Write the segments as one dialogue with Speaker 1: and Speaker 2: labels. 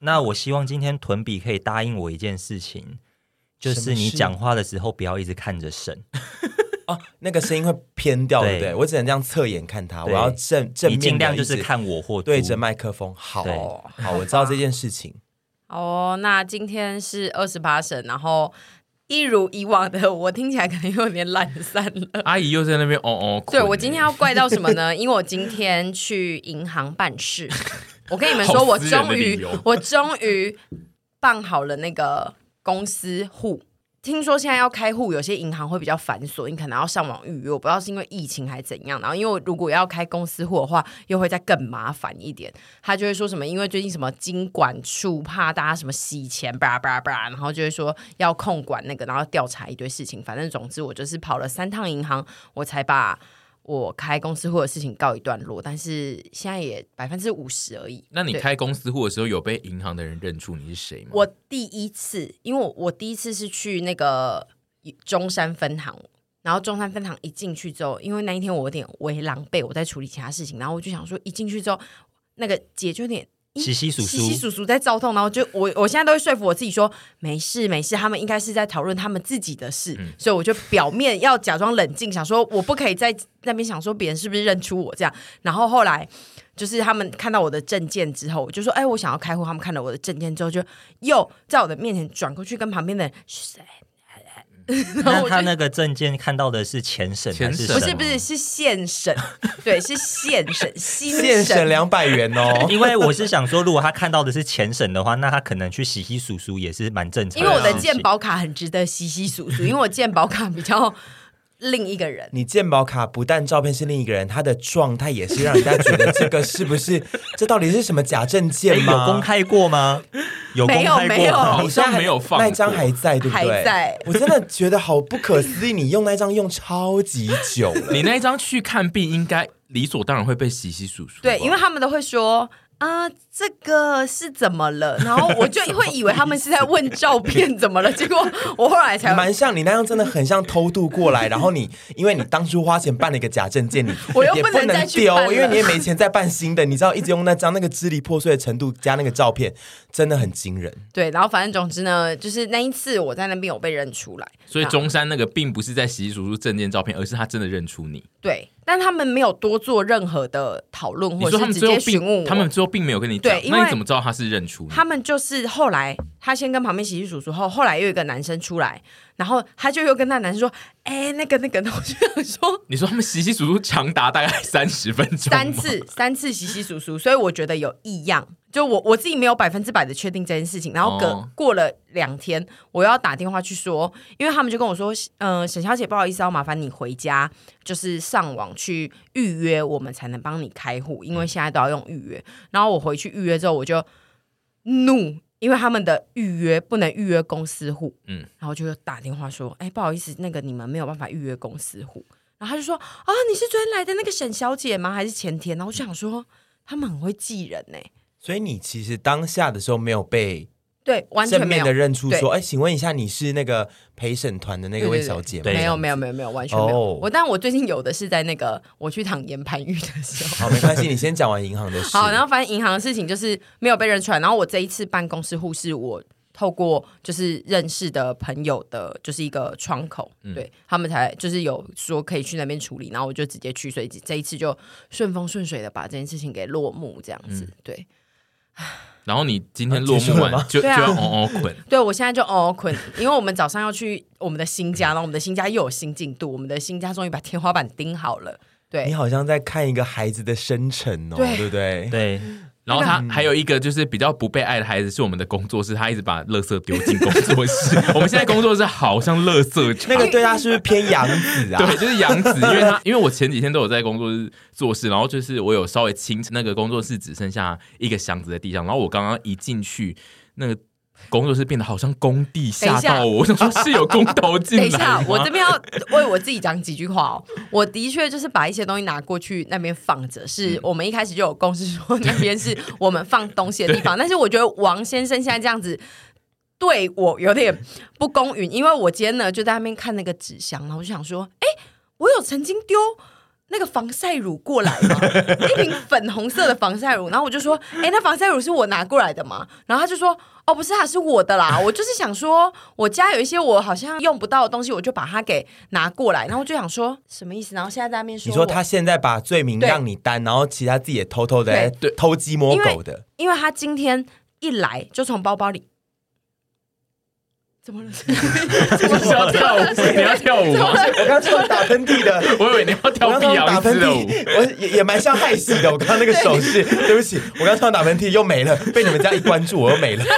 Speaker 1: 那我希望今天屯比可以答应我一件事情，就
Speaker 2: 什
Speaker 1: 是
Speaker 2: 么
Speaker 1: 你
Speaker 2: 事
Speaker 1: 讲话的时候不要一直看着神，
Speaker 2: 哦，那个声音会偏掉，对不对？
Speaker 1: 对
Speaker 2: 我只能这样侧眼看他，我
Speaker 1: 对
Speaker 2: 要正正
Speaker 1: 你
Speaker 2: 面，
Speaker 1: 尽量就是看我或
Speaker 2: 对
Speaker 1: 猪
Speaker 2: 着麦克风。好
Speaker 1: 对
Speaker 2: 好，我知道这件事 情。
Speaker 3: 好哦，那今天是二十八省，然后一如以往的，我听起来可能有点懒散了。
Speaker 4: 阿姨又在那边哦哦。
Speaker 3: 对
Speaker 4: 困欸
Speaker 3: 我今天要怪到什么 呢？因为我今天去银行办事，我跟你们说，
Speaker 4: 好
Speaker 3: 我
Speaker 4: 私人的
Speaker 3: 终
Speaker 4: 理
Speaker 3: 于
Speaker 4: 由，
Speaker 3: 我终于办好了那个公司户。听说现在要开户，有些银行会比较繁琐，你可能要上网预约。我不知道是因为疫情还怎样，然后因为如果要开公司户的话，又会再更麻烦一点。他就会说什么，因为最近什么经管处怕大家什么洗钱，巴拉巴拉巴拉，然后就会说要控管那个，然后调查一堆事情。反正总之，我就是跑了三趟银行，我才把我开公司户的事情告一段落。但是现在也百分之五十而已。
Speaker 4: 那你
Speaker 3: 对
Speaker 4: 开公司户的时候，有被银行的人认出你是谁吗？
Speaker 3: 我第一次，因为我我第一次是去那个中山分行，然后中山分行一进去之后，因为那一天我有点微狼狈，我在处理其他事情，然后我就想说，一进去之后，那个姐就有点。咦
Speaker 1: 稀稀疏
Speaker 3: 稀稀
Speaker 1: 疏。
Speaker 3: 疏疏在躁动，然后就我我现在都会说服我自己说没事没事，他们应该是在讨论他们自己的事，所以我就表面要假装冷静，想说我不可以在那边想说别人是不是认出我这样。然后后来就是他们看到我的证件之后，我就说哎，我想要开户。他们看了我的证件之后就，又在我的面前转过去跟旁边的人嘘谁然后
Speaker 1: 那
Speaker 3: 我
Speaker 1: 他
Speaker 3: 就
Speaker 1: 那个证件看到的是前省还
Speaker 4: 前
Speaker 1: 是
Speaker 4: 省
Speaker 3: 不
Speaker 1: 什
Speaker 3: 是
Speaker 1: 么
Speaker 3: 不是是现审，对是现审新
Speaker 2: 现省
Speaker 3: 审
Speaker 2: 两百元哦，
Speaker 1: 因为我是想说，如果他看到的是前省的话，那他可能去洗洗数数也是蛮正常
Speaker 3: 因为我的
Speaker 1: 事情
Speaker 3: 鉴宝卡很值得稀稀疏疏，因为我鉴宝卡比较另一个人。
Speaker 2: 你鉴宝卡不但照片是另一个人，他的状态也是让人家觉得这个是不是？ 这到底是什么假
Speaker 1: 诶
Speaker 2: 证件吗？
Speaker 1: 哎有公开过吗？有公
Speaker 3: 没有
Speaker 1: 开
Speaker 3: 没
Speaker 1: 过
Speaker 3: 有
Speaker 1: 吗？
Speaker 4: 好像没有放过
Speaker 2: 那张还在，对不对？
Speaker 3: 还在
Speaker 2: 我真的觉得好不可思议，你用那张用超级久了。
Speaker 4: 你那一张去看病，应该理所当然会被洗洗数数吧。
Speaker 3: 对，因为他们都会说。啊、这个是怎么了？然后我就会以为他们是在问照 片怎么了，结果我后来才，
Speaker 2: 蛮像你那样，真的很像偷渡过来。然后你，因为你当初花钱办了一个假证件，你
Speaker 3: 我又
Speaker 2: 也
Speaker 3: 不能再
Speaker 2: 能
Speaker 3: 去
Speaker 2: 丢
Speaker 3: 办，了
Speaker 2: 因为你也没钱再办新的。你知道，一直用那张那个支离破碎的程度加那个照片，真的很惊人。
Speaker 3: 对，然后反正总之呢，就是那一次我在那边有被认出来，
Speaker 4: 所以中山那个并不是在洗洗数数证件照片，而是他真的认出你。
Speaker 3: 对，但他们没有多做任何的讨论，
Speaker 4: 你
Speaker 3: 或者
Speaker 4: 说
Speaker 3: 是
Speaker 4: 他们
Speaker 3: 直
Speaker 4: 最后
Speaker 3: 接询问
Speaker 4: 并
Speaker 3: 我，
Speaker 4: 他们最后并没有跟你讲
Speaker 3: 对，因为
Speaker 4: 那你怎么知道他是认出你？
Speaker 3: 他们就是后来，他先跟旁边喜剧叔叔后，后来又有一个男生出来，然后他就又跟那男生说：“哎、那个那个。”然后我就想说
Speaker 4: 你说他们洗洗数数长达大概三十分钟，
Speaker 3: 三。次三次洗洗叔叔，所以我觉得有异样。就我我自己没有百分之百的确定这件事情，然后隔、
Speaker 4: 哦
Speaker 3: 过了两天，我又要打电话去说，因为他们就跟我说，嗯、沈小姐，不好意思，要麻烦你回家，就是上网去预约，我们才能帮你开户，因为现在都要用预约。然后我回去预约之后，我就怒，因为他们的预约不能预约公司户，嗯
Speaker 4: 嗯，
Speaker 3: 然后就打电话说，哎，不好意思，那个你们没有办法预约公司户。然后他就说，啊，你是昨天来的那个沈小姐吗？还是前天？然后我就想说，他们很会记人欸呢、
Speaker 2: 所以你其实当下的时候没有被
Speaker 3: 对，完全
Speaker 2: 正
Speaker 3: 没
Speaker 2: 面
Speaker 3: 有
Speaker 2: 的认出
Speaker 3: 对
Speaker 2: 说，哎，请问一下，你是那个陪审团的那个
Speaker 3: 对对
Speaker 2: 魏
Speaker 3: 对
Speaker 2: 小姐吗？
Speaker 1: 对
Speaker 3: 没
Speaker 1: 这样
Speaker 3: 有
Speaker 1: 子
Speaker 3: 没有没有没有完全没有。
Speaker 2: 哦
Speaker 3: 我但我最近有的是在那个我去躺岩盘浴的时候。
Speaker 2: 好，没关系，你先讲完银行的事。
Speaker 3: 好，然后反正银行的事情就是没有被认出来。然后我这一次办公室护士，我透过就是认识的朋友的，就是一个窗口，对他们才就是有说可以去那边处理，然后我就直接去，所以这一次就顺风顺水的把这件事情给落幕，这样子。对，
Speaker 4: 然后你今天落幕完
Speaker 2: 啊
Speaker 4: 就就
Speaker 3: 对啊
Speaker 4: 要哦哦捆，
Speaker 3: 对我现在就哦困，因为我们早上要去我们的新家，然后我们的新家又有新进度，我们的新家终于把天花板钉好了。
Speaker 2: 你
Speaker 3: 对，
Speaker 2: 好像在看一个孩子的生辰哦，
Speaker 3: 对
Speaker 2: 对不对？
Speaker 1: 对，
Speaker 4: 然后他还有一个就是比较不被爱的孩子，是我们的工作室，他一直把垃圾丢进工作 室。我们现在工作室好像垃圾场
Speaker 2: 那。
Speaker 3: 哎
Speaker 2: 个对他是不是偏养子 啊？
Speaker 4: 对，就是杨子，因为 他因为我前几天都有在工作室做事，然后就是我有稍微清那个工作室只剩下一个箱子在地上，然后我刚刚一进去，那个工作室变得好像工地，
Speaker 3: 等
Speaker 4: 吓
Speaker 3: 一下
Speaker 4: 到我，我想说是有工头
Speaker 3: 等
Speaker 4: 进来
Speaker 3: 一下
Speaker 4: 吗，
Speaker 3: 我这边要为我自己讲几句话哦。我的确就是把一些东西拿过去那边放着，
Speaker 4: 嗯
Speaker 3: 是我们一开始就有共识说那边是我们放东西的地方。 但是我觉得王先生现在这样子。对我有点不公允，因为我今天呢就在那边看那个纸箱，然后我就想说，哎，我有曾经丢那个防晒乳过来吗？ 一瓶粉红色的防晒乳。”然后我就说：“哎、那防晒乳是我拿过来的吗？”然后他就说：“哦，不是啊，是我的啦。我就是想说，我家有一些我好像用不到的东西，我就把它给拿过来。”然后我就想说什么意思？然后现在在那边说
Speaker 2: 你
Speaker 3: 我，
Speaker 2: 说他现在把罪名
Speaker 3: 对
Speaker 2: 让你担，然后其他自己也偷偷的在
Speaker 4: 对
Speaker 2: 偷鸡摸狗的，
Speaker 3: 因为他今天一来就从包包里。 怎么了？ 怎么
Speaker 4: 你要跳舞？你要跳舞吗？
Speaker 2: 我刚刚这种打喷嚏 的。
Speaker 4: 我以为你要
Speaker 2: 我
Speaker 4: 跳
Speaker 2: 刚
Speaker 4: 碧
Speaker 2: 刚打
Speaker 4: 昂
Speaker 2: 喷
Speaker 4: 斯的舞。
Speaker 2: 嚏，我也也蛮像害喜的。我刚刚那个手势，对不起，我刚刚打喷嚏又没了，被你们这样一关注，我又 没了。
Speaker 4: 啊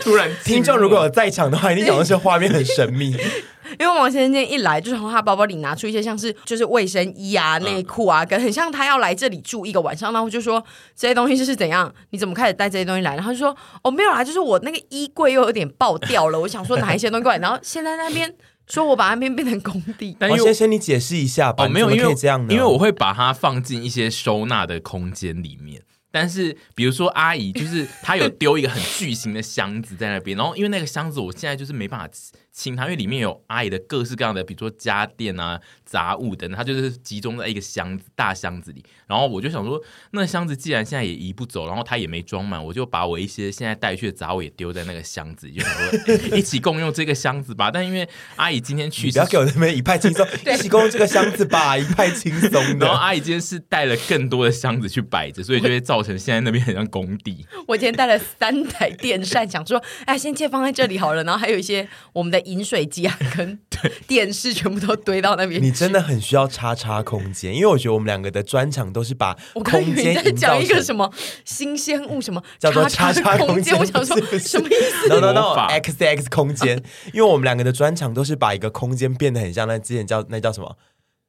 Speaker 4: 突然
Speaker 2: 听众如果有在场的话，一定想到这画面很神秘。
Speaker 3: 因为王先生今天一来，就是从他包包里拿出一些像是就是卫生衣啊、
Speaker 2: 嗯
Speaker 3: 内裤啊，跟很像他要来这里住一个晚上。然后我就说这些东西是怎样？你怎么开始带这些东西来？然后他就说哦没有啦，就是我那个衣柜又有点爆掉了，我想说拿一些东西过来。然后现在那边说我把那边变成工地，
Speaker 4: 但
Speaker 2: 王
Speaker 4: 因为
Speaker 2: 哦先生，你解释一下吧。
Speaker 4: 哦，没有，
Speaker 2: 你
Speaker 4: 因
Speaker 2: 怎么
Speaker 4: 为
Speaker 2: 可以这样呢？
Speaker 4: 因为我会把它放进一些收纳的空间里面。但是，比如说阿姨，就是她有丢一个很巨型的箱子在那边，然后因为那个箱子我现在就是没办法清它，因为里面有阿姨的各式各样的，比如说家电啊、杂物等，它就是集中在一个箱子大箱子里。然后我就想说，那箱子既然现在也移不走，然后它也没装满，我就把我一些现在带去的杂物也丢在那个箱子里，就想说一起共用这个箱子吧。但因为阿姨今天去
Speaker 2: 你
Speaker 4: 是，
Speaker 2: 不要给我那边一派轻 松，一起攻这个箱子 吧，一派轻松
Speaker 4: 然后
Speaker 2: 的。
Speaker 4: 阿姨今天是带了更多的箱子去摆着，所以就会造成现在那边很像工地。
Speaker 3: 我今天带了三台电扇，想说哎先借放在这里好了。然后还有一些我们的饮水机啊跟电视全部都堆到那边去。
Speaker 2: 你真的很需要叉叉空间，因为我觉得我们两个的专场都是把
Speaker 3: 我刚以
Speaker 2: 空
Speaker 3: 为你
Speaker 2: 间
Speaker 3: 在
Speaker 2: 营造
Speaker 3: 讲一个
Speaker 2: 成
Speaker 3: 什么新鲜物，什么
Speaker 2: 叫做
Speaker 3: 叉
Speaker 2: 叉
Speaker 3: 空
Speaker 2: 间，
Speaker 3: 我想说
Speaker 2: 不是
Speaker 3: 什么意思？
Speaker 2: ？No No
Speaker 4: 魔
Speaker 2: No
Speaker 4: 法
Speaker 2: X X 空间， 因为我们两个的专场都是把一个空间变得很像那之前叫那叫什么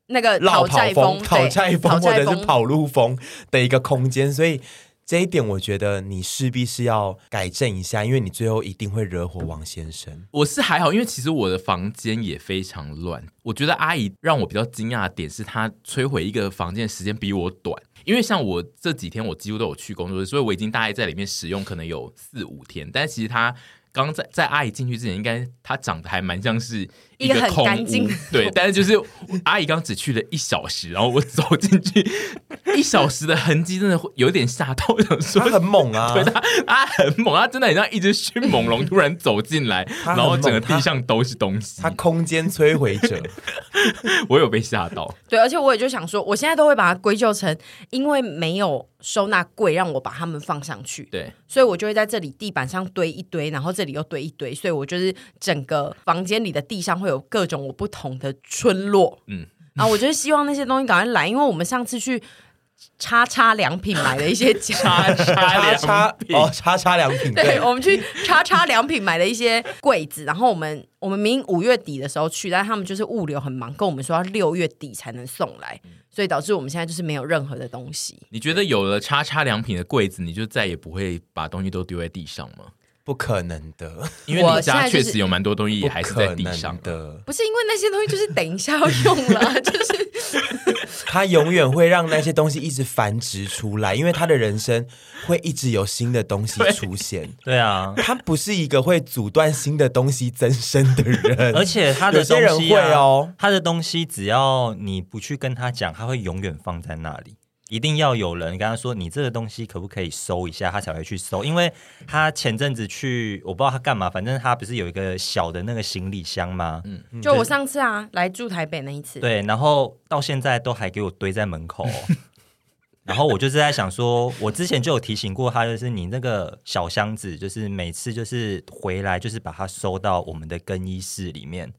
Speaker 3: 那个
Speaker 2: 绕
Speaker 3: 呃讨
Speaker 2: 跑
Speaker 3: 债
Speaker 2: 风、讨
Speaker 3: 对
Speaker 2: 债
Speaker 3: 讨
Speaker 2: 风或
Speaker 3: 债
Speaker 2: 者是
Speaker 3: 风。
Speaker 2: 跑路风的一个空间，所以。这一点我觉得你势必是要改正一下，因为你最后一定会惹火王先生。
Speaker 4: 我是还好，因为其实我的房间也非常乱。我觉得阿姨让我比较惊讶的点是，她摧毁一个房间的时间比我短。因为像我这几天我几乎都有去工作室，所以我已经大概在里面使用可能有四五天。但其实她刚在在阿姨进去之前，应该她长得还蛮像是
Speaker 3: 一个很
Speaker 4: 空
Speaker 3: 干净
Speaker 4: 屋
Speaker 3: 的
Speaker 4: 对，但是就是阿姨刚只去了一小时，然后我走进去一小时的痕迹，真的会有点吓到，我想说
Speaker 2: 他很猛啊，
Speaker 4: 对他，他很猛，他真的很像一只迅猛龙突然走进来，
Speaker 2: 很
Speaker 4: 然后整个
Speaker 2: 猛他
Speaker 4: 地上都是东西
Speaker 2: 他。空间摧毁 者。
Speaker 4: 我有被吓到，
Speaker 3: 对，而且我也就想说，我现在都会把它归咎成，因为没有收纳柜让我把它们放上去，
Speaker 4: 对，
Speaker 3: 所以我就会在这里地板上堆一堆，然后这里又堆一堆，所以我就是整个房间里的地上会有各种我不同的村落。嗯
Speaker 4: 嗯，
Speaker 3: 然后我就是希望那些东西赶快来，因为我们上次去叉叉良品买了一些家
Speaker 4: 叉叉
Speaker 2: 叉
Speaker 4: 两
Speaker 2: 叉
Speaker 4: 品
Speaker 2: 哦，叉叉良品
Speaker 3: 对，哦
Speaker 2: 对。
Speaker 3: 我们去叉叉良品买了一些柜子，然后我们我们明明五月底的时候去，但他们就是物流很忙，跟我们说要六月底才能送来，
Speaker 4: 嗯
Speaker 3: 所以导致我们现在就是没有任何的东西。
Speaker 4: 你觉得有了叉叉良品的柜子，你就再也不会把东西都丢在地上吗？
Speaker 2: 不可能的，
Speaker 4: 因为你
Speaker 3: 我现在
Speaker 4: 家
Speaker 3: 就
Speaker 4: 确
Speaker 3: 是
Speaker 4: 实有蛮多东西 也还是在地上啊
Speaker 2: 不可。能的。
Speaker 3: 不是因为那些东西就是等一下要用 了，就是
Speaker 2: 他永远会让那些东西一直繁殖出来，因为他的人生会一直有新的东西 出现。
Speaker 1: 对啊，
Speaker 2: 他不是一个会阻断新的东西增生的 人，
Speaker 1: 而且他的
Speaker 2: 有些
Speaker 1: 东
Speaker 2: 人
Speaker 1: 西、
Speaker 2: 会
Speaker 1: 啊、
Speaker 2: 哦，
Speaker 1: 他的东西只要你不去跟他讲，他会永远放在那里。一定要有人跟他说，你这个东西可不可以收一下，他才会去收。因为他前阵子去，我不知道他干嘛，反正他不是有一个小的那个行李箱吗？
Speaker 4: 嗯
Speaker 3: 就我上次啊来住台北那一次，
Speaker 1: 对，然后到现在都还给我堆在门口哦、然后我就是在想说，我之前就有提醒过他，就是你那个小箱子，就是每次就是回来就是把它收到我们的更衣室里面，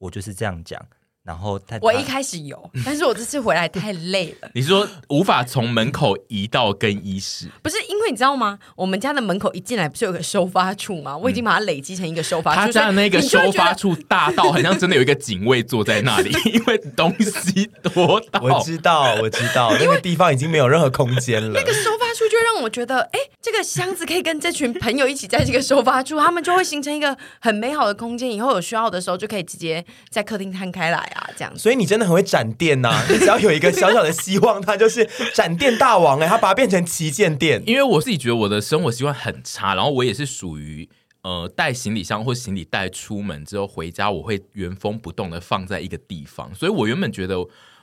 Speaker 1: 我就是这样讲。然后他
Speaker 3: 我一开始有，但是我这次回来太累 了。
Speaker 4: 你说无法从门口移到更衣室，
Speaker 3: 不是因为你知道吗？我们家的门口一进来不是有个收发处吗？我已经把它累积成一个收发处，
Speaker 4: 他家的那个
Speaker 3: 所以
Speaker 4: 收
Speaker 3: 你就会觉
Speaker 4: 发
Speaker 3: 得
Speaker 4: 处大到很像真的有一个警卫坐在那里，因为东西多到。
Speaker 1: 啊
Speaker 2: 我知道，我知道，那个地方已经没有任何空间了。
Speaker 3: 这个收发处就让我觉得， 哎、这个箱子可以跟这群朋友一起在这个收发处，他们就会形成一个很美好的空间。以后有需要的时候，就可以直接在客厅摊开来啊，这样子。
Speaker 2: 所以你真的很会展店呐、你只要有一个小小的希望，他就是展店大欸王哎、他把它变成旗舰店。
Speaker 4: 因为我自己觉得我的生活习惯很差，然后我也是属于呃带行李箱或行李袋出门之后回家，我会原封不动的放在一个地方。所以我原本觉得。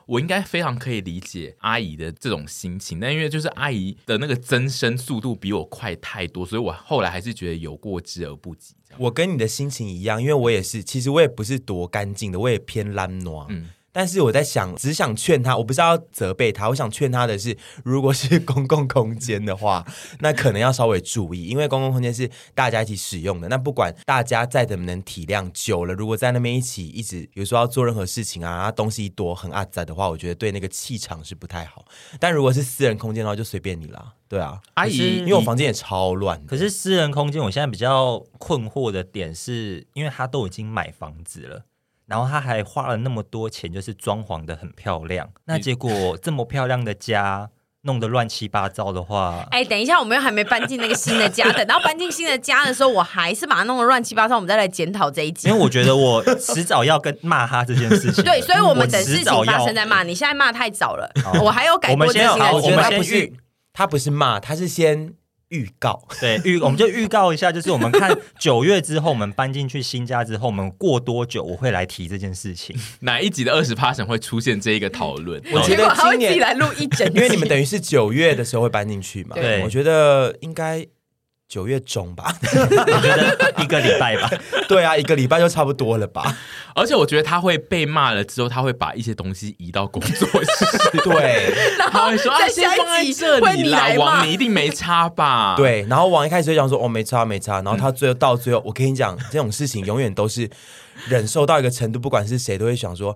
Speaker 4: 我应该非常可以理解阿姨的这种心情，但因为就是阿姨的那个增生速度比我快太多，所以我后来还是觉得有过之而不及。这样，
Speaker 2: 我跟你的心情一样，因为我也是，其实我也不是多干净的，我也偏懒惰。啊
Speaker 4: 嗯
Speaker 2: 但是我在想，只想劝他，我不是要责备他，我想劝他的是，如果是公共空间的 话，那可能要稍微注意，因为公共空间是大家一起使用的。那不管大家再怎么能体谅，久了如果在那边一起一直，比如说要做任何事情啊，啊东西多很阿杂的话，我觉得对那个气场是不太好。但如果是私人空间的话，就随便你啦。对啊，
Speaker 4: 阿
Speaker 1: 可
Speaker 4: 姨，
Speaker 1: 是
Speaker 2: 因为我房间也超乱的，
Speaker 1: 可是私人空间，我现在比较困惑的点是，因为他都已经买房子了，然后他还花了那么多钱，就是装潢的很漂亮。那结果这么漂亮的家弄得乱七八糟的话，
Speaker 3: 哎，等一下，我们又还没搬进那个新的家，等到搬进新的家的时候，我还是把它弄得乱七八糟，我们再来检讨这一集
Speaker 1: 因为。我觉得我迟早要跟骂他这件事情。
Speaker 3: 对，所以我们等事
Speaker 1: 迟早
Speaker 3: 情
Speaker 1: 要
Speaker 3: 发生再骂。你现在骂太早了
Speaker 1: 好，
Speaker 3: 我还有改
Speaker 1: 我们
Speaker 3: 过自
Speaker 1: 先
Speaker 3: 新
Speaker 1: 好，
Speaker 3: 的
Speaker 1: 我
Speaker 2: 我觉得
Speaker 1: 们
Speaker 2: 他
Speaker 1: 先
Speaker 2: 不
Speaker 1: 预
Speaker 2: 是他不是骂，他是先预 告。
Speaker 1: 对预，我们就预告一下，就是我们 看九月之后，我们搬进去新家之后，我们过多久我会来提这件事情。
Speaker 4: 哪一集的二十 p a 会出现这一个讨论？
Speaker 2: 我觉
Speaker 3: 结
Speaker 2: 得
Speaker 3: 果他会
Speaker 2: 今年
Speaker 3: 自己来录一整集，
Speaker 2: 因为你们等于是九月的时候会搬进去嘛，
Speaker 1: 对
Speaker 2: 我觉得应该九月中吧，
Speaker 1: 我觉得一个礼拜吧，
Speaker 2: 对啊，一个礼拜就差不多 了吧，，
Speaker 4: 而且我觉得他会被骂了之后，他会把一些东西移到工作室
Speaker 2: 对
Speaker 4: 他会说：“啊，
Speaker 3: 在
Speaker 4: 先
Speaker 3: 下一
Speaker 4: 放在
Speaker 3: 集
Speaker 4: 这
Speaker 3: 会
Speaker 4: 里
Speaker 3: 你
Speaker 4: 啦
Speaker 3: 来，骂
Speaker 4: 王，你一定没差吧？”，
Speaker 2: 对。然后王一开始就讲说哦没差没差，然后
Speaker 1: 嗯
Speaker 2: 他最后到最后，我跟你讲这种事情永远都是忍受到一个程度，不管是谁都会想说。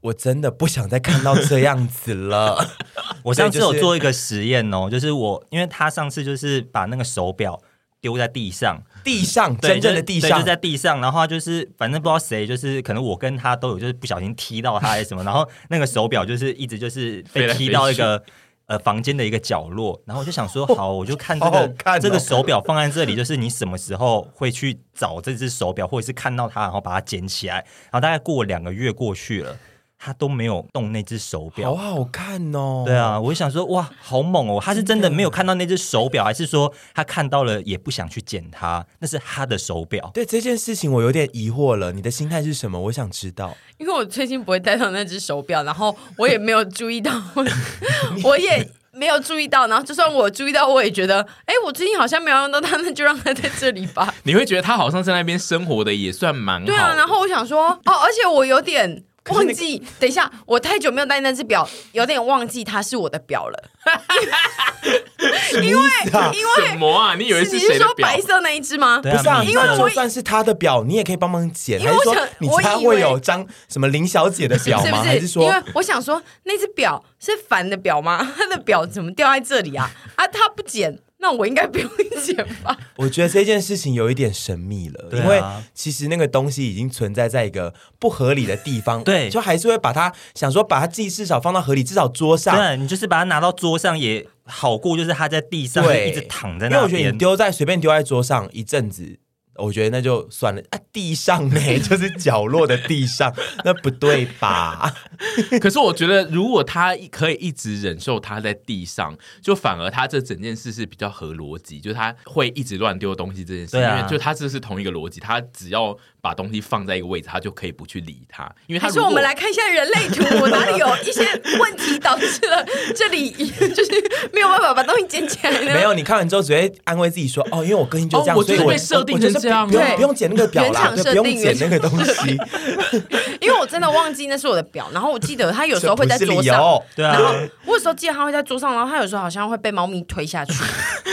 Speaker 2: 我真的不想再看到这样子了。
Speaker 1: 我上次
Speaker 2: 对
Speaker 1: 有
Speaker 2: 就是嗯
Speaker 1: 做一个实验哦，就是我因为他上次就是把那个手表丢在地上，
Speaker 2: 地上，
Speaker 1: 对
Speaker 2: 真正的地
Speaker 1: 就对
Speaker 2: 上，
Speaker 1: 就在地上，然后他就是反正不知道谁，就是可能我跟他都有，就是不小心踢到他还是什么，然后那个手表就是一直就是
Speaker 4: 飞
Speaker 1: 被
Speaker 4: 来
Speaker 1: 踢
Speaker 4: 飞
Speaker 1: 到一
Speaker 4: 去
Speaker 1: 个。呃，房间的一个角落，然后我就想说，好，我就看这个
Speaker 2: 哦好好看哦
Speaker 1: 这个手表放在这里，就是你什么时候会去找这只手表，或者是看到它，然后把它捡起来，然后大概过两个月过去了，他都没有动那只手表，
Speaker 2: 好好看哦。
Speaker 1: 对啊，我就想说，哇，好猛哦！他是真的没有看到那只手表，还是说他看到了也不想去捡它？那是他的手表。
Speaker 2: 对这件事情，我有点疑惑了。你的心态是什么？我想知道。
Speaker 3: 因为我最近不会戴上那只手表，然后我也没有注意到，我 也没有注意到，然后就算我注意到，我也觉得，哎，我最近好像没有用到它，那就让它在这里 吧。
Speaker 4: 你会觉得他好像在那边生活的也算蛮好。
Speaker 3: 对啊，然后我想说，哦，而且我有 点
Speaker 2: 是那
Speaker 3: 忘
Speaker 2: 个
Speaker 3: 记，等一下，我太久没有戴那只表，有点忘记它是我的表 了，因为因
Speaker 4: 什
Speaker 3: 为
Speaker 4: 么啊？你以为
Speaker 3: 你
Speaker 4: 谁
Speaker 3: 是
Speaker 4: 的
Speaker 3: 说
Speaker 4: 表
Speaker 3: 白？色那一只吗？
Speaker 1: 对
Speaker 2: 不是啊，
Speaker 1: 因
Speaker 2: 因
Speaker 1: 为
Speaker 2: 为
Speaker 3: 我
Speaker 2: 就算是他的表，你也可以帮忙捡。
Speaker 3: 因为
Speaker 2: 还
Speaker 3: 我
Speaker 2: 是说
Speaker 3: 想
Speaker 2: 你
Speaker 3: 我以
Speaker 2: 家
Speaker 3: 为
Speaker 2: 会有张什么林小姐的
Speaker 3: 是
Speaker 2: 表
Speaker 3: 不
Speaker 2: 吗？还是
Speaker 3: 是？因
Speaker 2: 说
Speaker 3: 为我想说，那只表是凡的表吗？ 他的表怎么掉在这里啊？ 啊，他不捡，那我应该不用捡 吧？
Speaker 2: 我觉得这件事情有一点神秘了，
Speaker 1: 对啊
Speaker 2: 因为其实那个东西已经存在在一个不合理的地方，
Speaker 1: 对
Speaker 2: 就还是会把它想说把它自己至少放到合理，至少桌
Speaker 1: 对
Speaker 2: 上。
Speaker 1: 啊，你就是把它拿到桌上也好过，就是他在地上
Speaker 2: 对，
Speaker 1: 一直躺在
Speaker 2: 因为
Speaker 1: 那
Speaker 2: 我觉得
Speaker 1: 边
Speaker 2: 你。丢在随便丢在桌上一阵子。我觉得那就算了啊，地上呢 就是角落的地上，那不对吧？
Speaker 4: 可是我觉得，如果他可以一直忍受他在地上，就反而他这整件事是比较合逻辑，就是他会一直乱丢东西这件事，
Speaker 1: 对啊
Speaker 4: 因为就他这是同一个逻辑，他只要把东西放在一个位置，他就可以不去理他，因为他
Speaker 3: 还是
Speaker 4: 如
Speaker 3: 我
Speaker 4: 果
Speaker 3: 们来看一下人类图，我哪里有一些问题导致了这里 就是没有办法把东西捡起来呢？
Speaker 2: 没有，你看完之后只会安慰自己说：“哦，因为我个性就这样，
Speaker 4: 哦我
Speaker 2: 所以
Speaker 4: 就是
Speaker 2: 我
Speaker 4: 被设定
Speaker 2: 我就是
Speaker 4: 成这
Speaker 1: 啊
Speaker 4: 样
Speaker 2: 不用
Speaker 3: 对
Speaker 2: 不用剪那个表
Speaker 3: 原
Speaker 2: 啦，
Speaker 3: 厂
Speaker 2: 就
Speaker 3: 设
Speaker 2: 不用
Speaker 3: 定
Speaker 2: 剪那个东西。
Speaker 3: 因为我真的忘记那是我的表，然后我记得 它有时候会在
Speaker 2: 这不是
Speaker 3: 桌
Speaker 2: 理由
Speaker 3: 上。
Speaker 1: 对
Speaker 3: 然后
Speaker 1: 啊，
Speaker 3: 我有时候记得它会在桌上，然后它有时候好像会被猫咪推下去，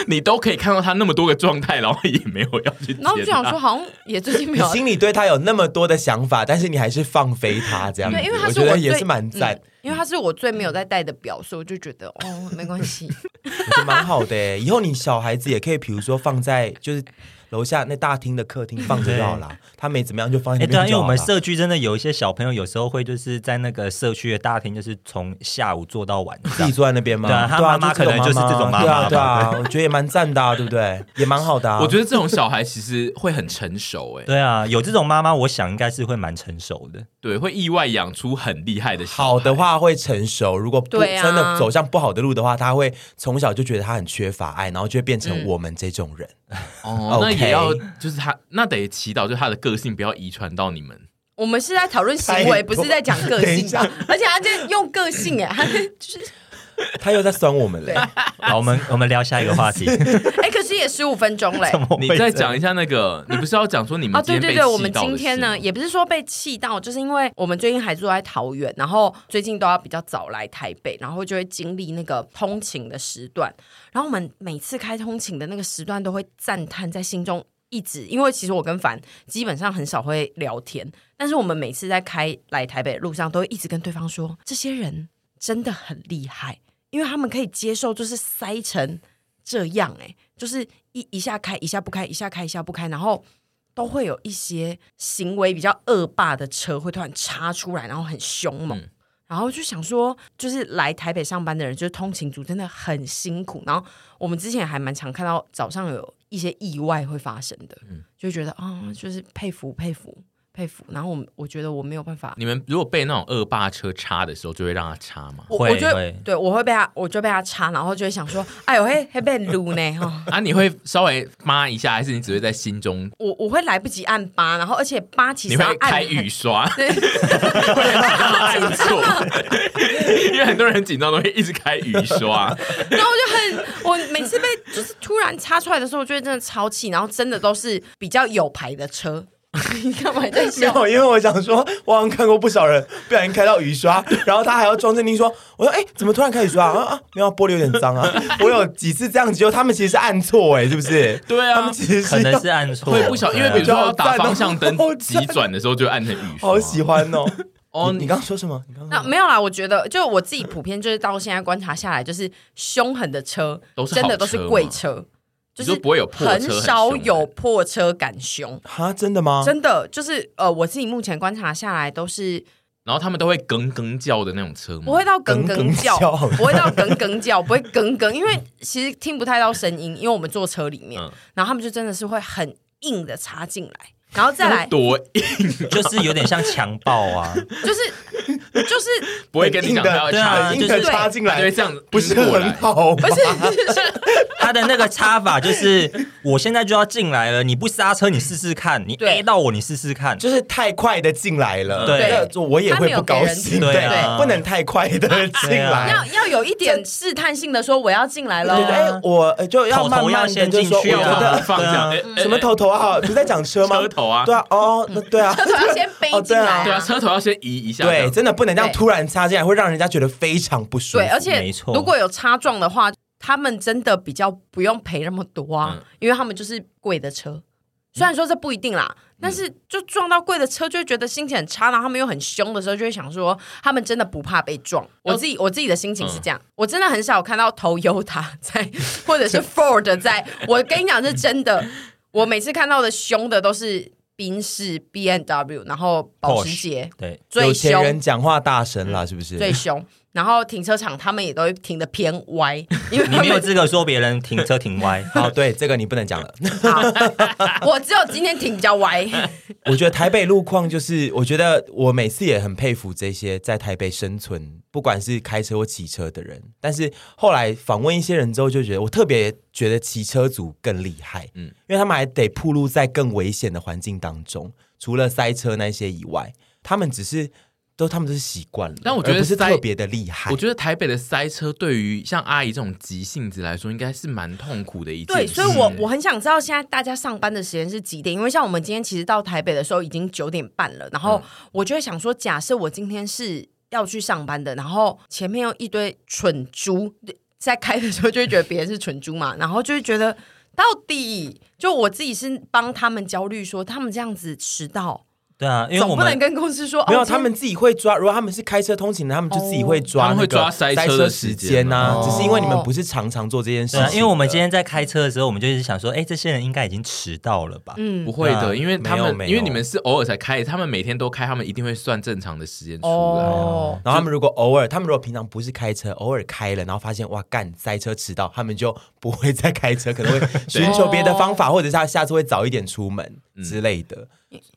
Speaker 4: 你都可以看到他那么多个状态，然后也没有要 去接他。
Speaker 3: 然后我就想说，好像也最近没
Speaker 2: 你
Speaker 3: 有
Speaker 2: 心里对他有那么多的想法，但是你还是放飞他这样子，
Speaker 3: 对，因为它
Speaker 2: 我
Speaker 3: 是
Speaker 2: 觉得
Speaker 3: 最
Speaker 2: 也是蛮赞
Speaker 3: 嗯，因为它是我最没有在戴的表，所以我就觉得哦，没关系。
Speaker 2: 我觉得蛮好的耶。以后你小孩子也可以，比如说放在就是楼下那大厅的客厅放着就好 啦，他没怎么样就放在
Speaker 1: 哎，
Speaker 2: 那
Speaker 1: 对啊，
Speaker 2: 边
Speaker 1: 因为
Speaker 2: 就
Speaker 1: 我
Speaker 2: 好啦
Speaker 1: 们社区真的有一些小朋友，有时候会就是在那个社区的大厅，就是从下午坐到晚
Speaker 2: 自
Speaker 1: 上
Speaker 2: 己。坐在那边吗？
Speaker 1: 对啊他妈妈
Speaker 2: 这种
Speaker 1: 可能就是这种妈妈
Speaker 2: 对啊，对
Speaker 1: 吧
Speaker 2: 啊，我觉得也蛮赞的，啊，对不对？也蛮好的啊。
Speaker 4: 我觉得这种小孩其实会很成熟、哎，
Speaker 1: 对啊，有这种妈妈，我想应该是会蛮成熟 的。
Speaker 4: 对，会意外养出很厉害的小孩
Speaker 2: 好的，话会成熟，如果不
Speaker 3: 对啊
Speaker 2: 真的走向不好的路的话，他会从小就觉得他很缺乏爱，然后就会变成我们这种人。
Speaker 4: 哦，那
Speaker 2: OK
Speaker 4: 也要就是他那得祈祷，就是他的个性不要遗传到你们。
Speaker 3: 我们是在讨论行
Speaker 2: 拜
Speaker 3: 为，
Speaker 2: 托
Speaker 3: 不是在讲个
Speaker 2: 等一
Speaker 3: 性
Speaker 2: 下
Speaker 3: 吧？而且他在用个性哎，他在就是
Speaker 2: 他又在酸我们嘞
Speaker 3: 对，
Speaker 1: 好，我们我们聊下一个话题。
Speaker 3: 哎，可是也十五分钟嘞。
Speaker 1: 怎么
Speaker 4: 你
Speaker 1: 会
Speaker 4: 再
Speaker 1: 这样
Speaker 4: 讲一下那个，你不是要讲说你
Speaker 3: 哦，
Speaker 4: 们今
Speaker 3: 对
Speaker 4: 天
Speaker 3: 对
Speaker 4: 被
Speaker 3: 对，我们
Speaker 4: 气到的
Speaker 3: 今天呢，
Speaker 4: 事吗
Speaker 3: 也不是说被气到，就是因为我们最近还住在桃园，然后最近都要比较早来台北，然后就会经历那个通勤的时段，然后我们每次开通勤的那个时段都会赞叹在心中。一直，因为其实我跟凡基本上很少会聊天，但是我们每次在开来台北的路上，都会一直跟对方说，这些人真的很厉害，因为他们可以接受就是塞成这样、欸，就是一一下开，一下不开，一下开，一下不开，然后都会有一些行为比较恶霸的车会突然插出来，然后很凶猛。
Speaker 4: 嗯
Speaker 3: 然后就想说，就是来台北上班的人，就是通勤族，真的很辛苦。然后我们之前还蛮常看到早上有一些意外会发生的，
Speaker 4: 嗯
Speaker 3: 就觉得啊、就是佩服佩服佩服。然后我我觉得我没有办法，
Speaker 4: 你们如果被那种恶霸车插的时候，就会让他插吗？
Speaker 3: 我
Speaker 1: 会
Speaker 3: 我觉得
Speaker 1: 会
Speaker 3: 对我会被他，我就被他插，然后就会想说，哎呦嘿嘿被撸呢哈。哦
Speaker 4: 啊，你会稍微抹一下，还是你只会在心中？
Speaker 3: 我我会来不及按八，然后而且八其
Speaker 4: 你
Speaker 3: 实要
Speaker 4: 会
Speaker 3: 按
Speaker 4: 开
Speaker 3: 很
Speaker 4: 雨刷，
Speaker 3: 对，
Speaker 4: 按错， 因为很多人很紧张都会一直开雨刷。
Speaker 3: 然后我就很，我每次被就是突然插出来的时候，我就会真的超气，然后真的都是比较有牌的车， 你干嘛 在
Speaker 2: 没
Speaker 3: 笑？
Speaker 2: 有，因为我想说，我好像看过不少人不小心开到雨刷，然后他还要装镇定说：“我说哎、怎么突然开雨刷啊啊？没有，玻璃有点脏啊。”我有几次这样子，就他们其实是按错哎、是不是？
Speaker 4: 对
Speaker 2: 他
Speaker 4: 啊
Speaker 2: 们，其实
Speaker 1: 可
Speaker 2: 是
Speaker 1: 能
Speaker 2: 用
Speaker 1: 是按错，
Speaker 4: 会不小，因为比如
Speaker 1: 对啊
Speaker 4: 说要打方向灯
Speaker 2: 好赞
Speaker 4: 急转的时候，就按成雨刷。
Speaker 2: 好喜欢哦。
Speaker 4: 哦
Speaker 2: 哦，你刚刚说什么？你刚
Speaker 3: 那
Speaker 2: 刚说
Speaker 3: 没有啦，我觉得就我自己普遍就是到现在观察下来，就是凶狠的车
Speaker 4: 都是好
Speaker 3: 真的都是
Speaker 4: 车
Speaker 3: 贵
Speaker 4: 吗
Speaker 3: 车，就
Speaker 4: 你
Speaker 3: 是
Speaker 4: 说不会有破车
Speaker 3: 很
Speaker 4: 很
Speaker 3: 少
Speaker 4: 凶的啊
Speaker 3: 有破车敢凶，
Speaker 2: 哈，真的吗？
Speaker 3: 真的就是呃，我自己目前观察下来都是
Speaker 4: 然后他们都会耿耿叫的那种车
Speaker 3: 不
Speaker 4: 吗
Speaker 3: 会？到耿耿叫
Speaker 2: 耿耿叫，
Speaker 3: 不会到耿耿叫，不会耿耿，因为其实听不太到声音，因为我们坐车里面，
Speaker 4: 嗯
Speaker 3: 然后他们就真的是会很硬的插进来，然后再来
Speaker 4: 多
Speaker 1: 就是有点像强暴啊，
Speaker 3: 就是就是
Speaker 4: 不会跟你讲他要
Speaker 1: 对
Speaker 4: 插
Speaker 1: 啊
Speaker 2: 很硬
Speaker 4: 进去，
Speaker 2: 的
Speaker 3: 就是
Speaker 2: 插进
Speaker 4: 他就
Speaker 2: 来
Speaker 4: 会，这样子
Speaker 2: 不是
Speaker 4: 晕过
Speaker 2: 很
Speaker 4: 来。
Speaker 2: 好吗
Speaker 3: 不？是 就是
Speaker 1: 他的那个插法就是，我现在就要进来了，你不刹车，你试试看，你
Speaker 3: 对
Speaker 1: A 到我，你试试看，
Speaker 2: 就是太快的进来了，
Speaker 1: 对
Speaker 2: 那就我也会不高
Speaker 1: 他没有给
Speaker 2: 兴，
Speaker 1: 人对啊
Speaker 2: 不能太快的进
Speaker 1: 对啊
Speaker 2: 来，
Speaker 3: 要要有一点试探性的说我要进来了
Speaker 2: 对，
Speaker 4: 啊
Speaker 2: 哎、
Speaker 3: 哦，
Speaker 2: 我呃就要
Speaker 1: 口
Speaker 2: 慢
Speaker 1: 头要
Speaker 2: 慢的
Speaker 1: 先
Speaker 2: 就
Speaker 1: 进
Speaker 2: 说，我
Speaker 1: 去
Speaker 2: 觉
Speaker 1: 啊，
Speaker 2: 得
Speaker 4: 放
Speaker 1: 对
Speaker 4: 下
Speaker 1: 啊
Speaker 4: 哎哎
Speaker 2: 什么头头啊，不是在讲车吗？
Speaker 4: 车头啊
Speaker 2: 对啊，哦，那对啊，
Speaker 3: 车头要先背
Speaker 2: 哦
Speaker 3: 进
Speaker 2: 对啊
Speaker 3: 来、
Speaker 4: 对啊，车头要先移一下。这
Speaker 2: 对，
Speaker 4: 样
Speaker 2: 真的不能这样
Speaker 3: 对
Speaker 2: 突然插进来，会让人家觉得非常不舒服。
Speaker 3: 对，而且
Speaker 1: 没错
Speaker 3: 如果有擦撞的话，他们真的比较不用赔那么多啊，
Speaker 4: 嗯
Speaker 3: 因为他们就是贵的车。虽然说这不一定啦，但是就撞到贵的车，就会觉得心情很差，然后他们又很凶的时候，就会想说他们真的不怕被撞。我自己我自己的心情是这样，我真的很少看到头 o 塔在，或者是 Ford 在。我跟你讲是真的，我每次看到的凶的都是宾士、B N W，然后保时
Speaker 1: Porsche
Speaker 3: 捷
Speaker 1: 对，
Speaker 3: 最
Speaker 2: 有钱
Speaker 3: 凶。
Speaker 2: 人讲话大声啦，是不是？
Speaker 3: 最凶。然后停车场他们也都会停的偏 歪，因为
Speaker 1: 你
Speaker 3: 他
Speaker 1: 没有
Speaker 3: 们
Speaker 1: 资格说别人停车停 歪，
Speaker 2: 好，哦对，这个你不能讲了。
Speaker 3: 好 我只有今天停比较 歪，
Speaker 2: 我觉得台北路况就是，我觉得我每次也很佩服这些在台北生存，不管是开车或骑车的人。但是后来访问一些人之后，就觉得我特别觉得骑车族更厉害，嗯
Speaker 4: 嗯，
Speaker 2: 因为他们还得暴露在更危险的环境当中，除了塞车那些以外，他们只是都他们都是习惯了，
Speaker 4: 但我觉得
Speaker 2: 而不是
Speaker 4: 塞
Speaker 2: 特别的厉害
Speaker 4: 我。觉得台北的塞车对于像阿姨这种急性子来说，应该是蛮痛苦的一件
Speaker 3: 对，
Speaker 4: 事。
Speaker 3: 所以我我很想知道现在大家上班的时间是几点，因为像我们今天其实到台北的时候已经九点半了，然
Speaker 1: 嗯
Speaker 3: 后我就会想说，假设我今天是要去上班的，然后前面有一堆蠢猪在开的时候，就会觉得别人是蠢猪嘛，然 后就会觉得到底就我自己是帮他们焦虑说，他们这样子迟到，
Speaker 1: 对啊，因为
Speaker 3: 总
Speaker 1: 我
Speaker 3: 不能
Speaker 1: 们
Speaker 3: 跟公司说
Speaker 2: 没有，
Speaker 3: 哦今
Speaker 2: 他
Speaker 3: 天
Speaker 2: 们自己会抓。如果他们是开车通勤的，他们就自己会抓、
Speaker 4: 哦他
Speaker 2: 那
Speaker 4: 们
Speaker 2: 个
Speaker 4: 会抓塞
Speaker 2: 车
Speaker 4: 车的
Speaker 2: 时
Speaker 4: 时
Speaker 2: 间
Speaker 4: 间啊
Speaker 2: 呐、
Speaker 1: 哦
Speaker 2: 只是因为你们不是常常做这件事
Speaker 1: 对
Speaker 2: 情
Speaker 1: 啊，
Speaker 2: 的，
Speaker 1: 因为我们今天在开车的时候，我们就一直想说，哎，这些人应该已经迟到了吧？
Speaker 3: 嗯
Speaker 4: 不会
Speaker 2: 对啊
Speaker 4: 的，因为他
Speaker 2: 没有
Speaker 4: 们
Speaker 2: 没有
Speaker 4: 因为你们是偶尔才开，他们每天都开，他们一定会算正常的时间出来。啊
Speaker 3: 哦，
Speaker 2: 然后他们如果偶尔，他们如果平常不是开车，偶尔开了，然后发现哇干塞车迟到，他们就不会再开车，可能会寻求别的方法，或者是他下次会早一点出门之类的。
Speaker 4: 嗯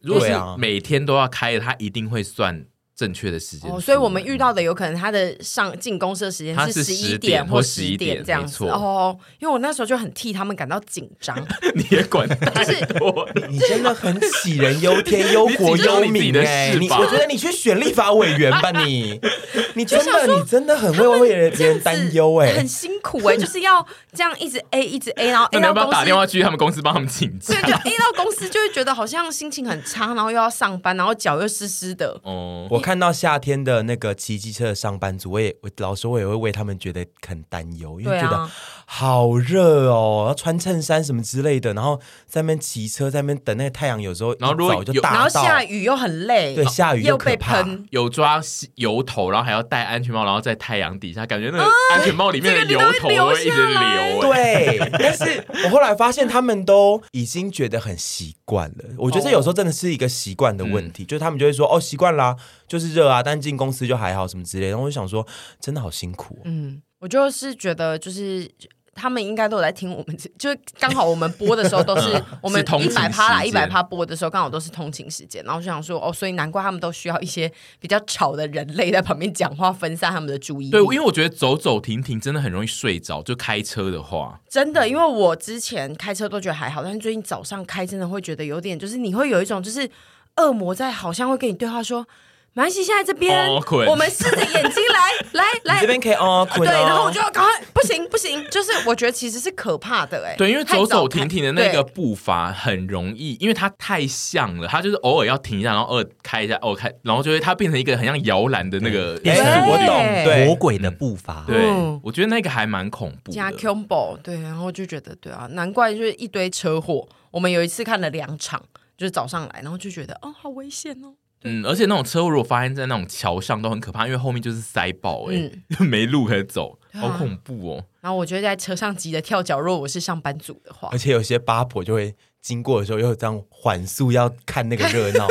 Speaker 4: 如果
Speaker 2: 对
Speaker 4: 是
Speaker 2: 啊
Speaker 4: 每天都要开的，他一定会算正确的时间出
Speaker 3: 哦，
Speaker 4: 门。
Speaker 3: 所以我们遇到的有可能他的上进公社时间
Speaker 4: 他
Speaker 3: 是
Speaker 4: 是
Speaker 3: 十一点
Speaker 4: 10点
Speaker 3: 或
Speaker 4: 或
Speaker 3: 十
Speaker 4: 11
Speaker 3: 点
Speaker 4: 点
Speaker 3: 这样子
Speaker 4: 没错
Speaker 3: 哦，因为我那时候就很替他们感到紧张，
Speaker 4: 你也管太
Speaker 3: 就是
Speaker 4: 多 了。
Speaker 2: 你真的很杞人忧天、忧国忧
Speaker 4: 你自己
Speaker 2: 民
Speaker 4: 的
Speaker 2: 哎、
Speaker 4: 事
Speaker 2: 你
Speaker 4: 吧
Speaker 2: 我觉得你去选立法委员吧 你，你真
Speaker 3: 想
Speaker 2: 的你真的很会为人别人担忧哎、
Speaker 3: 很辛苦哎、就是要这样一直 A 一直 A，然后 A
Speaker 4: 那你要
Speaker 3: 到哎公
Speaker 4: 不要打
Speaker 3: 司
Speaker 4: 电话去他们公司帮他们请假
Speaker 3: 对，？就 A 到公司就会觉得好像心情很差，然后又要上班，然后脚又湿湿的。
Speaker 4: 哦，
Speaker 2: 我看到夏天的那个骑机车的上班族，我也我老实说我也会为他们觉得很担忧，因为
Speaker 3: 对
Speaker 2: 觉得
Speaker 3: 啊，
Speaker 2: 好热哦，要穿衬衫什么之类的，然后在那边骑车，在那边等那个太阳，有时候
Speaker 4: 然后如果
Speaker 2: 一早就
Speaker 4: 有
Speaker 2: 大
Speaker 3: 然后
Speaker 2: 啊到
Speaker 3: 下雨又很累，
Speaker 2: 对下雨
Speaker 3: 又
Speaker 2: 可
Speaker 3: 被
Speaker 2: 怕，
Speaker 3: 喷。
Speaker 4: 有抓油头，然后还要戴安全帽，然后在太阳底下，感觉那个安全帽里面的
Speaker 3: 啊这
Speaker 4: 油
Speaker 3: 个你都
Speaker 4: 头
Speaker 3: 会
Speaker 4: 会一直
Speaker 3: 流下来
Speaker 4: 流。哎，
Speaker 2: 对，但是我后来发现他们都已经觉得很习惯了。我觉得这有时候真的是一个习惯的问
Speaker 4: 嗯
Speaker 2: 题，就是他们就会说哦习惯啦、就是热啊，但进公司就还好什么之类的。然后我就想说，真的好辛苦、哦。
Speaker 3: 嗯，我就是觉得就是。他们应该都有在听我们这，就是刚好我们播的时候都是我们
Speaker 4: 是通
Speaker 3: 一
Speaker 4: 勤
Speaker 3: 百趴啦，
Speaker 4: 时
Speaker 3: 一
Speaker 4: 间
Speaker 3: 百趴播的时候刚好都是通勤时间，然后就想说哦，所以难怪他们都需要一些比较吵的人类在旁边讲话，分散他们的注意力。
Speaker 4: 对，因为我觉得走走停停真的很容易睡着，就开车的话，
Speaker 3: 真的，因为我之前开车都觉得还好，但是最近早上开真的会觉得有点，就是你会有一种就是恶魔在好像会跟你对话说，马来西亚这边
Speaker 4: 哦困
Speaker 3: 我们试着眼睛 来来
Speaker 2: 你
Speaker 3: 来
Speaker 2: 这边可以哦，
Speaker 3: 啊对，
Speaker 2: 困哦
Speaker 3: 然后我就要赶快，不行不行，就是我觉得其实是可怕的哎、
Speaker 4: 对，因为
Speaker 3: 太
Speaker 4: 走
Speaker 3: 早
Speaker 4: 走
Speaker 3: 开
Speaker 4: 停停的那个
Speaker 3: 对
Speaker 4: 步伐很容易，因为它太像了，它就是偶尔要停一下，然后偶尔开一下，偶尔开，然后就会它变成一个很像摇篮的那个
Speaker 1: 对
Speaker 4: 速
Speaker 2: 哎，
Speaker 4: 度
Speaker 2: 我
Speaker 3: 对
Speaker 2: 懂，对，
Speaker 1: 魔鬼的步伐。
Speaker 4: 对
Speaker 3: 嗯，
Speaker 4: 我觉得那个还蛮恐怖
Speaker 3: 加
Speaker 4: 的。
Speaker 3: combo 对，然后就觉得对啊，难怪就是一堆车祸。我们有一次看了两场，就是早上来，然后就觉得哦，好危险哦。
Speaker 4: 嗯，而且那种车祸如果发生在那种桥上都很可怕，因为后面就是塞爆、欸，
Speaker 3: 嗯
Speaker 4: 就 没路可走，
Speaker 3: 对啊
Speaker 4: 好恐怖哦！
Speaker 3: 然后我就在车上急得跳脚，如果我是上班族的话
Speaker 4: 嗯
Speaker 2: 而，且有些八婆就会经过的时候又这样缓速要看那个热 闹，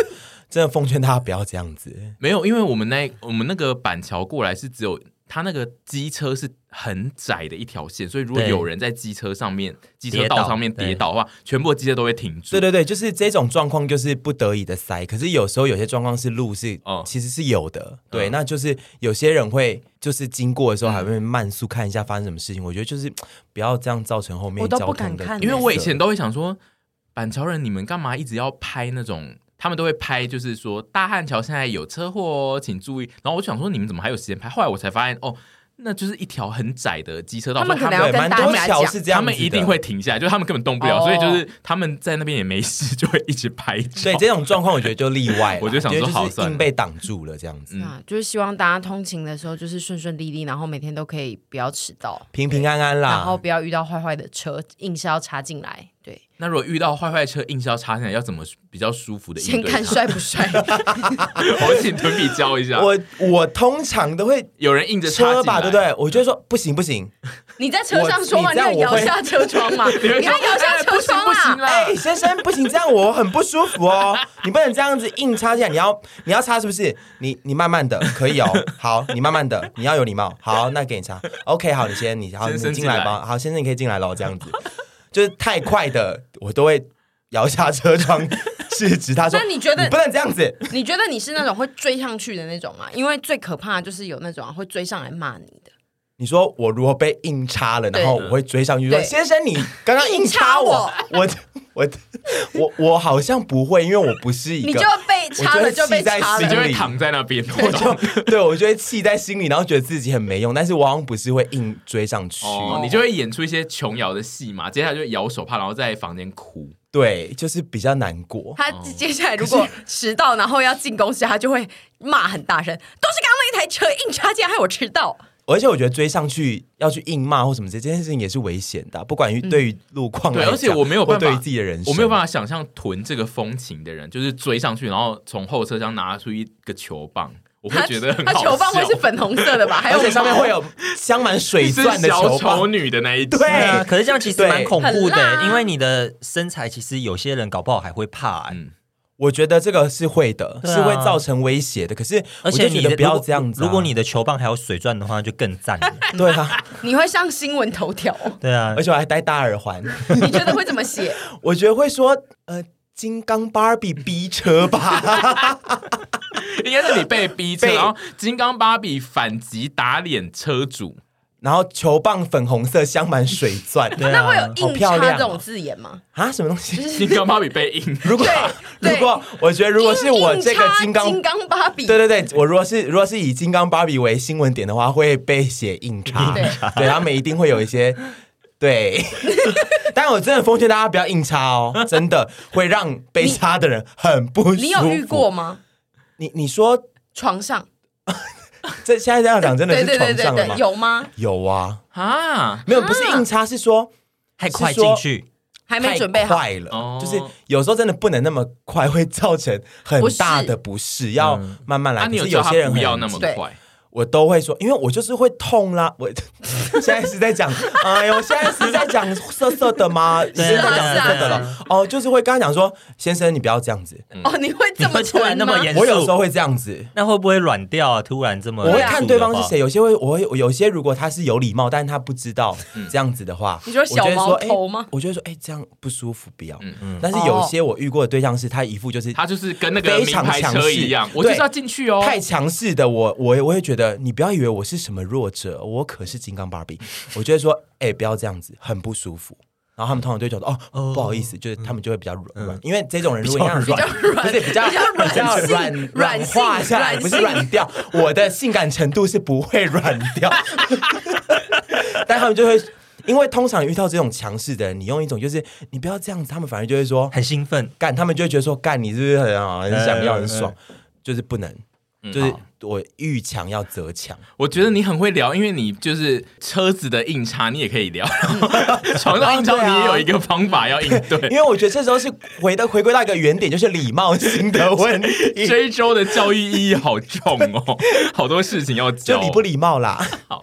Speaker 2: 真的奉劝大家不要这样子。
Speaker 4: 没有，因为我们那我们那个板桥过来是只有它那个机车是很窄的一条线，所以如果
Speaker 1: 对
Speaker 4: 有人在机车上面、机车
Speaker 1: 跌倒
Speaker 4: 道上面跌倒的话，全部的机车都会停住。
Speaker 2: 对对对，就是这种状况，就是不得已的塞。可是有时候有些状况是路是，
Speaker 4: 嗯
Speaker 2: 其实是有的。对，
Speaker 4: 嗯
Speaker 2: 那就是有些人会就是经过的时候还会慢速看一下发生什么事情。我觉得就是不要这样造成后面
Speaker 3: 我都
Speaker 2: 交
Speaker 3: 不敢
Speaker 2: 通的
Speaker 3: 看
Speaker 2: 阻塞，
Speaker 4: 因为我以前都会想说，板桥人你们干嘛一直要拍那种？他们都会拍，就是说大汉桥现在有车祸哦，请注意。然后我就想说，你们怎么还有时间拍？后来我才发现，哦，那就是一条很窄的机车道，
Speaker 3: 他们可
Speaker 4: 所以
Speaker 3: 能要
Speaker 2: 对
Speaker 3: 跟
Speaker 2: 蛮
Speaker 3: 大
Speaker 2: 多
Speaker 3: 家
Speaker 2: 桥
Speaker 3: 讲
Speaker 2: 是这样
Speaker 4: 他
Speaker 2: 子的
Speaker 4: 们一定会。停下来，就是他们根本动不了，
Speaker 3: 哦
Speaker 4: 所以就是他们在那边也没事，就会一直拍照。
Speaker 2: 对这种状况，我觉得就例外啦。
Speaker 4: 我就想说
Speaker 2: 因为
Speaker 4: 好
Speaker 2: 就是
Speaker 4: 算了
Speaker 2: 硬被挡住了这样子，
Speaker 4: 嗯
Speaker 3: 啊，就是希望大家通勤的时候就是顺顺利利，然后每天都可以不要迟到，
Speaker 2: 平平安安
Speaker 4: 啊
Speaker 3: 然后
Speaker 2: 啦。
Speaker 3: 不要遇到坏坏的车，硬是要插进来。对，
Speaker 4: 那如果遇到坏坏车硬是要插进来，要怎么比较舒服的
Speaker 3: 先
Speaker 4: 应对？
Speaker 3: 看帅不帅。
Speaker 4: 我请屯比教一下。
Speaker 2: 我我通常都会
Speaker 4: 有人硬着插进
Speaker 2: 车
Speaker 4: 来
Speaker 2: 吧，对不？对？我就会说不行不行，
Speaker 3: 你在车上说嘛，
Speaker 2: 我你
Speaker 3: 你
Speaker 2: 这样
Speaker 3: 就摇
Speaker 2: 我会
Speaker 3: 下车窗 嘛，你
Speaker 4: 你会说
Speaker 3: 要摇下
Speaker 4: 哎不
Speaker 3: 车
Speaker 4: 行
Speaker 3: 窗啊
Speaker 4: 不
Speaker 3: 啦。
Speaker 4: 行啦
Speaker 2: 哎、！先生，不行，这样我很不舒服哦。你不能这样子硬插进来，你要你要插是不是？你你慢慢的可以哦。好，你慢慢的，你要有礼貌。好，那给你插。OK，好，你先，你好，
Speaker 4: 先
Speaker 2: 你
Speaker 4: 生
Speaker 2: 进
Speaker 4: 进
Speaker 2: 来
Speaker 4: 来
Speaker 2: 吧。好，先生你可以进来喽。这样子就是太快的，我都会摇下车窗制止他说。
Speaker 3: 那你觉得
Speaker 2: 不能这样子？
Speaker 3: 你觉得你是那种会追上去的那种吗？因为最可怕的就是有那种啊会追上来骂你的。
Speaker 2: 你说我如果被硬插了，然后我会追上去说：“
Speaker 3: 对
Speaker 2: 先生，你刚刚硬插我，我我我我好像不会，因为我不是一
Speaker 3: 你
Speaker 2: 个
Speaker 3: 就被插了，
Speaker 2: 我觉
Speaker 3: 就
Speaker 2: 得
Speaker 3: 被
Speaker 2: 气在
Speaker 3: 插
Speaker 2: 心
Speaker 4: 你
Speaker 2: 里
Speaker 4: 就
Speaker 3: 了。
Speaker 4: 会躺在那边，
Speaker 2: 我就对我就会气在心里，然后觉得自己很没用，但是我好像不是会硬追上去。
Speaker 4: 哦，你就会演出一些琼瑶的戏嘛，接下来就摇手帕，然后在房间哭。
Speaker 2: 对，就是比较难过。
Speaker 3: 他接下来如
Speaker 2: 哦
Speaker 3: 果迟到，然后要进公司，他就会骂很大声，都是刚刚那一台车硬插进来害我迟到。
Speaker 2: 而且我觉得追上去要去硬骂或什么这件事情也是危险的啊、不
Speaker 1: 嗯
Speaker 2: 管于对于路况来
Speaker 4: 对，
Speaker 2: 讲、
Speaker 4: 而且我没有
Speaker 2: 或
Speaker 4: 办
Speaker 2: 对
Speaker 4: 法
Speaker 2: 于自己的人生，
Speaker 4: 我没有办法想象囤这个风情的人，就是追上去，然后从后车厢拿出一个球棒，我会
Speaker 3: 他
Speaker 4: 觉得很
Speaker 3: 他
Speaker 4: 好
Speaker 3: 球棒会
Speaker 4: 笑
Speaker 3: 是粉红色 的吧？还有
Speaker 2: 而且上面
Speaker 3: 毛
Speaker 2: 会有镶满水
Speaker 4: 一只
Speaker 2: 钻的
Speaker 4: 小
Speaker 2: 球
Speaker 4: 丑
Speaker 2: 棒。
Speaker 4: 女的那一只。
Speaker 2: 对
Speaker 1: 对啊，可是这样其实
Speaker 2: 对
Speaker 1: 蛮恐怖
Speaker 3: 很辣
Speaker 1: 的，因为你的身材其实有些人搞不好还会怕、哎
Speaker 4: 嗯
Speaker 2: 我觉得这个是会的，
Speaker 1: 对啊
Speaker 2: 是会造成威胁的。可是我
Speaker 1: 而且
Speaker 2: 就
Speaker 1: 你
Speaker 2: 觉
Speaker 1: 的
Speaker 2: 得不要这样子啊、
Speaker 1: 如果如果你的球棒还有水钻的话，就更赞了。
Speaker 2: 对啊，
Speaker 3: 你会上新闻头条，
Speaker 1: 对啊
Speaker 2: 而，且我还戴大耳环，
Speaker 3: 你觉得会怎 么写？
Speaker 2: 我觉得会说呃。金刚芭比逼车吧，
Speaker 4: 应该是你被逼 车，
Speaker 2: 被
Speaker 4: 然后金刚芭比反击打脸车 主，
Speaker 2: 然后球棒粉红色镶满水钻，
Speaker 1: 对
Speaker 3: 那会
Speaker 1: 啊，
Speaker 3: 有
Speaker 2: 好
Speaker 3: 硬
Speaker 2: 漂
Speaker 3: 插
Speaker 2: 亮
Speaker 3: 这
Speaker 2: 哦
Speaker 3: 种字 眼吗？
Speaker 2: 啊，什么东西？
Speaker 4: 金刚芭比被硬，
Speaker 2: 如 果
Speaker 3: 对
Speaker 2: 如果我觉得如果是我这个
Speaker 3: 硬插
Speaker 2: 金刚，
Speaker 3: 金刚芭比，
Speaker 2: 对对对，我如果是如果是以金刚芭比为新闻点的话，会被写硬插，
Speaker 3: 硬
Speaker 2: 对他们一定会有一 些对。 但我真的奉劝大家不要硬插 哦，真的会让被插的人很不舒服。
Speaker 3: 你有遇过？吗？
Speaker 2: 你你说
Speaker 3: 床上，
Speaker 2: 这现在这样讲真的
Speaker 3: 对
Speaker 2: 是
Speaker 3: 对对
Speaker 2: 床
Speaker 3: 对
Speaker 2: 上的
Speaker 3: 对
Speaker 2: 吗，？
Speaker 3: 有吗？
Speaker 2: 有啊，
Speaker 4: 啊，
Speaker 2: 没有不是硬插，是说
Speaker 1: 太
Speaker 2: 是
Speaker 1: 快进
Speaker 2: 说
Speaker 1: 去，
Speaker 3: 还
Speaker 2: 太
Speaker 3: 没准备好，
Speaker 2: 快了，
Speaker 4: 哦
Speaker 2: 就是有时候真的不能那么快，会造成很大的不适，要慢慢来。
Speaker 4: 嗯啊，
Speaker 2: 可
Speaker 4: 你有
Speaker 2: 是
Speaker 4: 叫
Speaker 2: 有
Speaker 4: 他
Speaker 2: 些人
Speaker 4: 不
Speaker 2: 很
Speaker 4: 要那么
Speaker 3: 对
Speaker 4: 快，
Speaker 2: 我都会说，因为我就是会痛啦。我 现在是 在讲，哎呦，现在是在讲色色的吗？是
Speaker 1: 啊
Speaker 2: 在讲色色的
Speaker 1: 是
Speaker 4: 啊
Speaker 2: 了。哦，就是会跟他讲说，先生，你不要这样子。
Speaker 4: 嗯
Speaker 3: 哦，你会
Speaker 1: 你
Speaker 3: 这么
Speaker 1: 会突然那么
Speaker 3: 沉吗
Speaker 1: 严肃，
Speaker 2: 我有时候会这样子，
Speaker 1: 那会不会软掉啊？突然这么，
Speaker 2: 我会看对方是
Speaker 4: 嗯
Speaker 2: 谁。，有些会，我会有些如果他是有礼貌，但是他不知道
Speaker 4: 嗯
Speaker 2: 这样子的话，
Speaker 3: 你说小
Speaker 2: 我就会
Speaker 3: 毛
Speaker 2: 说哎
Speaker 3: 头吗哦
Speaker 2: 我就会说，哎，这样不舒服，不要
Speaker 4: 嗯。
Speaker 2: 但是有些我遇过的对象是他一副就是
Speaker 4: 他就是跟那个
Speaker 2: 非
Speaker 4: 名
Speaker 2: 常
Speaker 4: 牌
Speaker 2: 强
Speaker 4: 车
Speaker 2: 势
Speaker 4: 一样，
Speaker 2: 对
Speaker 4: 我就是要进去哦，
Speaker 2: 太强势的我，我我会觉得你不要以为我是什么弱者，我可是金刚芭比。 我就会说，哎、不要这样子，很不舒服。然后他们通常就会觉得，哦，不好意思，就是他们就会比较软，软因为这种人如果
Speaker 1: 比较
Speaker 2: 软，不是比较
Speaker 3: 比较软
Speaker 2: 比较
Speaker 3: 性
Speaker 2: 软
Speaker 3: 软
Speaker 2: 软化
Speaker 3: 性
Speaker 2: 下来，
Speaker 3: 软
Speaker 2: 不是
Speaker 3: 性
Speaker 2: 软掉。我的性感程度是不会软掉， 但他们就会。因为通常遇到这种强势的人，你用一种就是你不要这样子，他们反而就会说
Speaker 1: 很兴奋，
Speaker 2: 干，他们就会觉得说干你是不是很好，很想要，很爽，就是不能，就是我遇强要则强，
Speaker 4: 我觉得你很会聊，因为你就是车子的硬插，你也可 以聊，然后床上硬
Speaker 2: 啊
Speaker 4: 插你也有一个方法要应
Speaker 2: 因
Speaker 4: 对。
Speaker 2: 为我觉得这时候是回到回归到一个原点，就是礼貌性的问题，
Speaker 4: 这一周的教育意义好重哦，好多事情要教。
Speaker 2: 就礼不礼貌啦。
Speaker 4: 好